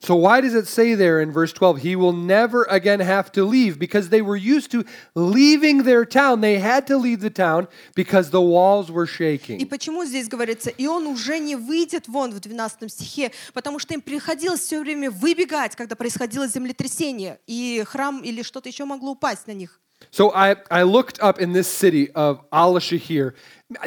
A: So, why does it say there in verse 12, he will never again have to leave? Because they were used to leaving their town. They had to leave the town because the walls were
B: И
A: shaking.
B: почему здесь говорится, и он уже не выйдет вон в 12 стихе, потому что им приходилось все время выбегать, когда происходило землетрясение, и храм или что-то еще могло упасть на них.
A: So, I, I looked up in this city of Al Shahir.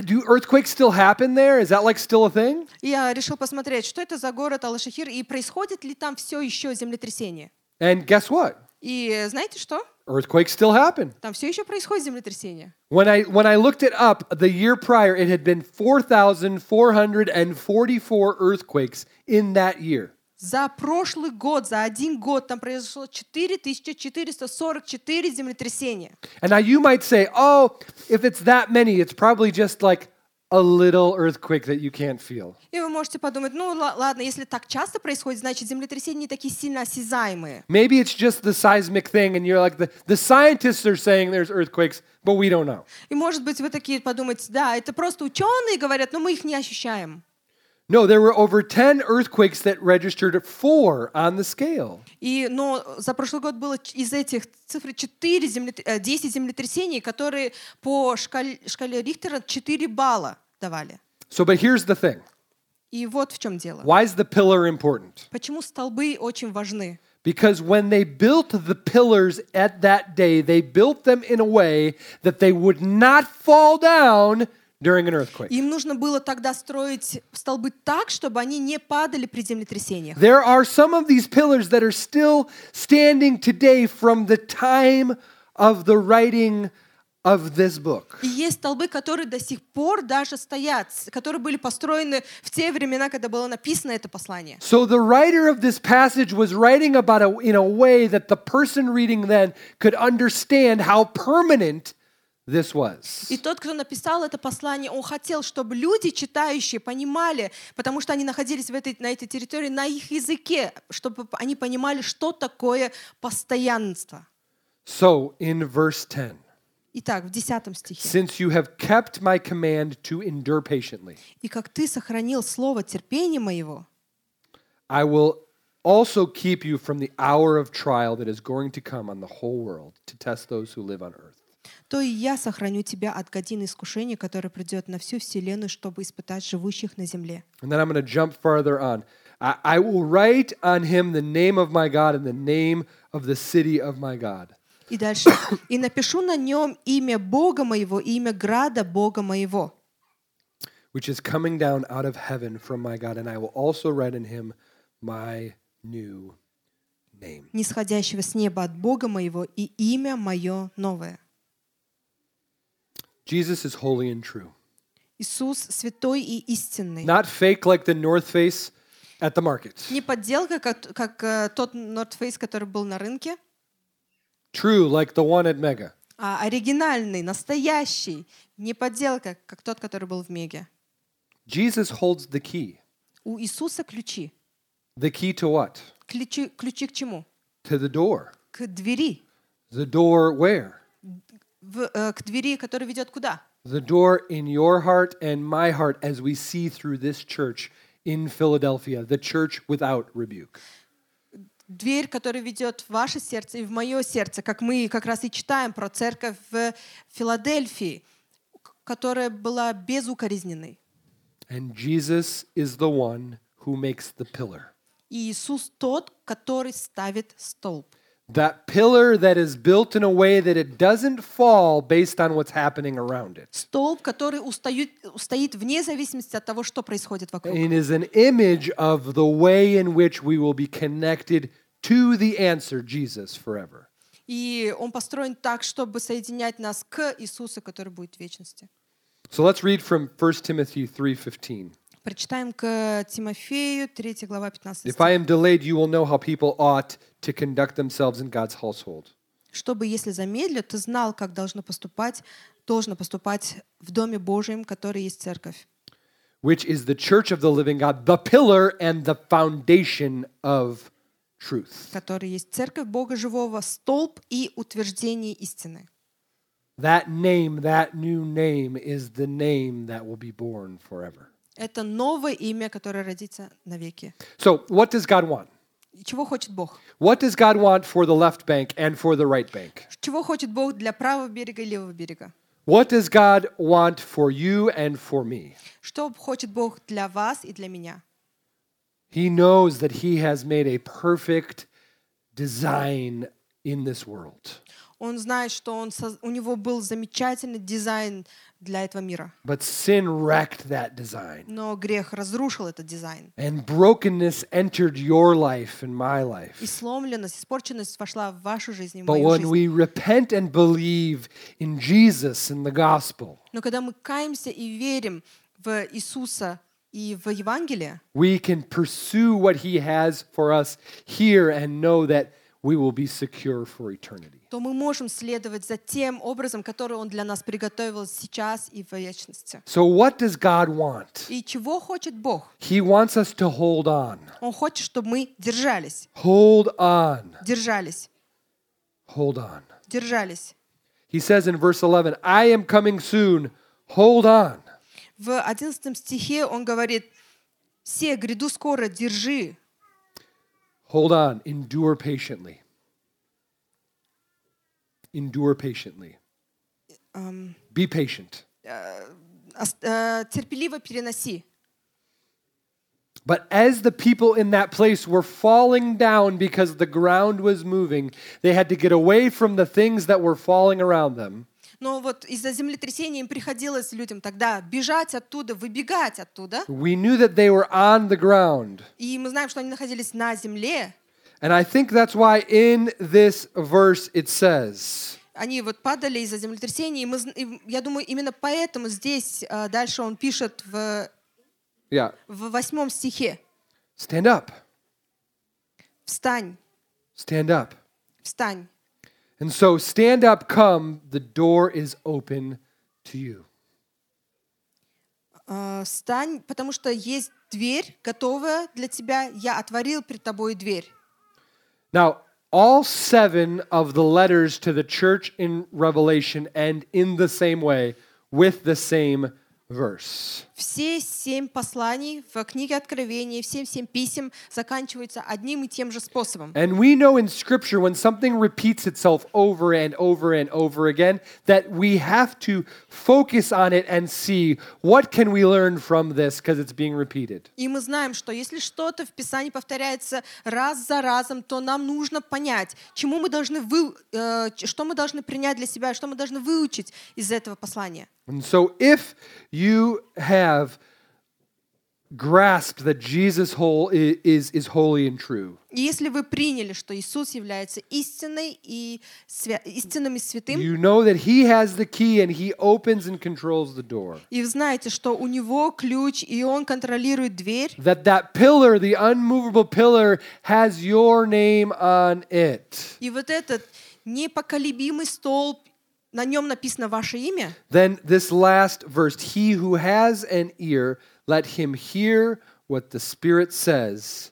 A: Do earthquakes still happen there? Is that like still a thing?
B: И я решил посмотреть, что это за город Алашахир, и происходит ли там все еще землетрясение.
A: And guess what?
B: И э, знаете что?
A: Earthquakes still happen.
B: Там все еще происходит землетрясение.
A: When I when I looked it up the year prior, it had been 4,444 earthquakes in that year.
B: За прошлый год, за один год там произошло 4444 землетрясения.
A: And now you might say, "Oh, if it's that many, it's probably just like a little earthquake that you can't feel.
B: И вы можете подумать, ну ла- ладно, если так часто происходит, значит землетрясения не такие сильно осязаемые.
A: Maybe it's just the seismic thing, and you're like, the, the scientists are saying there's earthquakes, but we don't know.
B: И может быть вы такие подумаете, да, это просто ученые говорят, но мы их не ощущаем.
A: No, there were over 10 earthquakes that registered at four on the scale.
B: И, но за прошлый год было ч- из этих цифр 4 землет- э, 10 землетрясений, которые по шкаль- шкале Рихтера 4 балла давали.
A: So, but here's the thing
B: И вот в чем дело.
A: why is the pillar important?
B: Почему столбы очень важны?
A: Because when they built the pillars at that day, they built them in a way that they would not fall down during an earthquake.
B: Им нужно было тогда строить столбы так, чтобы они не падали при землетрясениях.
A: There are some of these pillars that are still standing today from the time of the writing of this book.
B: И есть столбы, которые до сих пор даже стоят, с- которые были построены в те времена, когда было написано это послание.
A: So the writer of this passage was writing about it in a way that the person reading then could understand how permanent this was.
B: И тот, кто написал это послание, он хотел, чтобы люди, читающие, понимали, потому что они находились в этой, на этой территории на их языке, чтобы п- они понимали, что такое постоянство.
A: So in verse 10,
B: Итак, в 10 стихе.
A: since you have kept my command to endure patiently,
B: «И как ты сохранил слово терпения моего,
A: I will also keep you from the hour of trial that is going to come on the whole world to test those who live on earth.
B: то и я сохраню тебя от годины искушения, которое придет на всю вселенную, чтобы испытать живущих на земле».
A: And then I'm going to jump farther on. I, I will write on him the name of my God and the name of the city of my God.
B: И дальше. «И напишу на нем имя Бога моего, и имя града Бога моего,
A: which is coming down out of heaven from my God, and I will also write in him my new name.
B: нисходящего с неба от Бога моего, и имя мое новое».
A: Jesus is holy and true.
B: Иисус святой и истинный.
A: Not fake like the North Face at the market.
B: Не подделка, как, как э, тот North Face, который был на рынке,
A: True like the one at Mega.
B: а оригинальный, настоящий. Не подделка, как тот, который был в Меге.
A: Jesus holds the key.
B: У Иисуса ключи.
A: The key to what?
B: Ключи, ключи к чему?
A: To the door.
B: К двери.
A: The door where?
B: В- э, к двери, которая ведет куда?
A: The door in your heart and my heart as we see through this church in Philadelphia, the church without rebuke.
B: Дверь, которая ведет в ваше сердце и в мое сердце, как мы как раз и читаем про церковь в Филадельфии, к- которая была безукоризненной.
A: And Jesus is the one who makes the pillar.
B: И Иисус тот, который ставит столб.
A: That pillar that is built in a way that it doesn't fall based on what's happening around it.
B: столб, который устают, устоит вне зависимости от того, что происходит вокруг.
A: It is an image of the way in which we will be connected to the answer, Jesus, forever.
B: И он построен так, чтобы соединять нас к Иисусу, который будет в вечности.
A: So let's read from 1 Timothy 3:15.
B: Прочитаем к Тимофею, 3 глава, 15
A: If
B: стих.
A: I am delayed, you will know how people ought to conduct themselves in God's household.
B: «Чтобы, если замедлю, ты знал, как должно поступать, должно поступать в Доме Божьем, который есть церковь,
A: which is the church of the living God, the pillar and the foundation of truth.
B: который есть церковь Бога Живого, столб и утверждение истины».
A: That name, that new name, is the name that will be born forever.
B: Это новое имя, которое родится навеки.
A: So, what does God want?
B: И Чего хочет Бог?
A: What does God want for the left bank and for the right bank?
B: Чего хочет Бог для правого берега и левого берега?
A: What does God want for you and for me?
B: Что хочет Бог для вас и для меня?
A: He knows that He has made a perfect design in this world.
B: Он знает, что он соз- у него был замечательный дизайн для этого мира.
A: But sin wrecked that design,
B: Но грех разрушил этот дизайн.
A: and brokenness entered your life and my
B: И
A: life.
B: сломленность, испорченность вошла в вашу жизнь и в
A: But
B: мою
A: when
B: жизнь.
A: we repent and believe in Jesus and the gospel,
B: Но когда мы каемся и верим в Иисуса и в Евангелие,
A: we can pursue what he has for us here and know that we will be secure for eternity.
B: то мы можем следовать за тем образом, который Он для нас приготовил сейчас и в вечности.
A: So, what does God want?
B: И чего хочет Бог?
A: He wants us to hold on.
B: Он хочет, чтобы мы держались,
A: Hold on.
B: держались,
A: Hold on.
B: держались.
A: He says in verse 11, I am coming soon. Hold on.
B: В 11 стихе он говорит, «Се, гряду скоро, держи,
A: Hold on. Endure patiently. Endure patiently. Be patient.
B: ос- э, терпеливо переноси».
A: But as the people in that place were falling down because the ground was moving, they had to get away from the things that were falling around them.
B: Но вот из-за землетрясения им приходилось людям тогда бежать оттуда, выбегать оттуда.
A: We knew that they were on the ground.
B: И мы знаем, что они находились на земле.
A: And I think that's why in this verse it says,
B: Они вот падали из-за землетрясения. И мы, зн- и я думаю, именно поэтому здесь э, дальше он пишет в,
A: yeah,
B: в восьмом стихе.
A: stand up,
B: «Встань,
A: stand up.
B: встань».
A: And so, stand up, come, the door is open to you.
B: Э, «Встань, потому что есть дверь, готовая для тебя. Я отворил перед тобой дверь».
A: Now, all seven of the letters to the church in Revelation end in the same way with the same verse.
B: Все семь посланий в книге Откровения, все семь писем заканчиваются одним и тем же способом.
A: And we know in Scripture when something repeats itself over and over and over again that we have to focus on it and see what can we learn from this because it's being repeated.
B: И мы знаем, что если что-то в Писании повторяется раз за разом, то нам нужно понять, чему мы должны вы, э, ч- что мы должны принять для себя, что мы должны выучить из этого послания.
A: And so if you have grasped that Jesus whole i- is is holy and true,
B: И если вы приняли, что Иисус является истиной и свя- истинным и святым,
A: you know that he has the key and he opens and controls the door.
B: и вы знаете, что у него ключ, и он контролирует дверь,
A: That that pillar, the unmovable pillar has your name on it.
B: и вот этот непоколебимый столб, на нем написано ваше имя,
A: Then this last verse, he who has an ear, let him hear what the Spirit says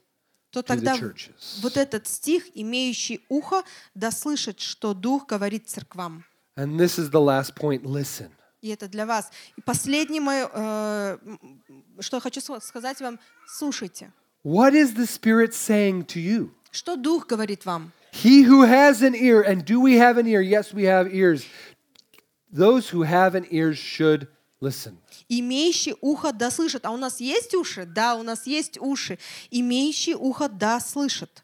B: то
A: to the
B: тогда
A: churches.
B: вот этот стих, имеющий ухо, да слышит, что Дух говорит церквам.
A: And this is the last point, listen.
B: И это для вас. И последнее мое, э, м, м, что я хочу ск- сказать вам, слушайте.
A: What is the Spirit saying to you?
B: Что Дух говорит вам?
A: He who has an ear, and do we have an ear? Yes, we have ears. Those who have an ear should listen.
B: Имеющий ухо да слышит. А у нас есть уши? Да, у нас есть уши. Имеющий ухо да слышит.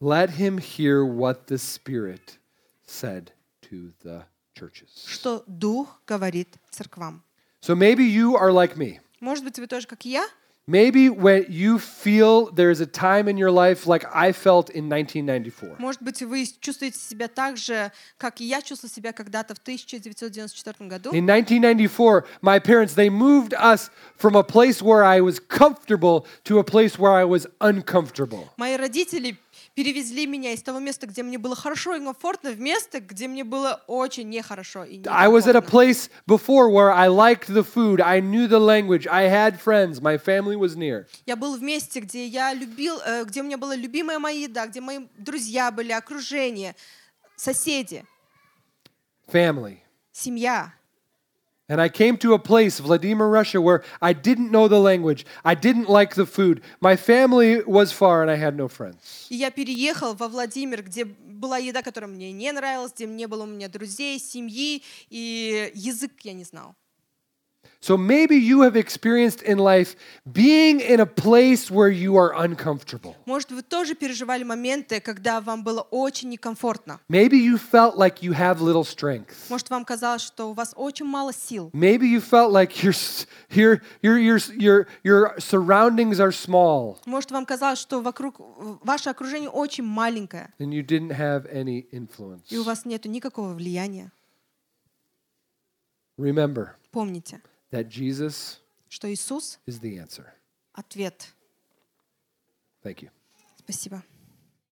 A: Let him hear what the Spirit said to the churches.
B: Что Дух говорит церквам.
A: So maybe you are like me.
B: Может быть, вы тоже, как и я,
A: Maybe when you feel there is a time in your life like I felt in 1994,
B: может быть, вы чувствуете себя так же, как и я чувствовала себя когда-то в 1994 году.
A: In 1994, my parents, they moved us from a place where I was comfortable to a place where I was uncomfortable.
B: Мои родители перевезли меня из того места, где мне было хорошо и комфортно, в место, где мне было очень нехорошо и
A: I was at a
B: некомфортно.
A: place before where I liked the food, I knew the language, I had friends, my family was near.
B: Я был в месте, где я любил, э, где у меня была любимая моя еда, где мои друзья были, окружение, соседи,
A: Family.
B: семья.
A: And I came to a place, Vladimir, Russia, where I didn't know the language, I didn't like the food, my family was far, and I had no friends.
B: И я переехал во Владимир, где была еда, которая мне не нравилась, где не было у меня друзей, семьи, и язык я не знал.
A: So maybe you have experienced in life being in a place where you are uncomfortable.
B: Может, вы тоже переживали моменты, когда вам было очень некомфортно.
A: Maybe you felt like you have little strength.
B: Может, вам казалось, что у вас очень мало сил.
A: Maybe you felt like your s- your your your your your surroundings are small
B: Может, вам казалось, что вокруг э, ваше окружение очень маленькое,
A: and you didn't have any influence.
B: и у вас нет никакого влияния.
A: Remember
B: Помните,
A: that Jesus
B: что Иисус
A: is the answer.
B: — ответ.
A: Thank you.
B: Спасибо.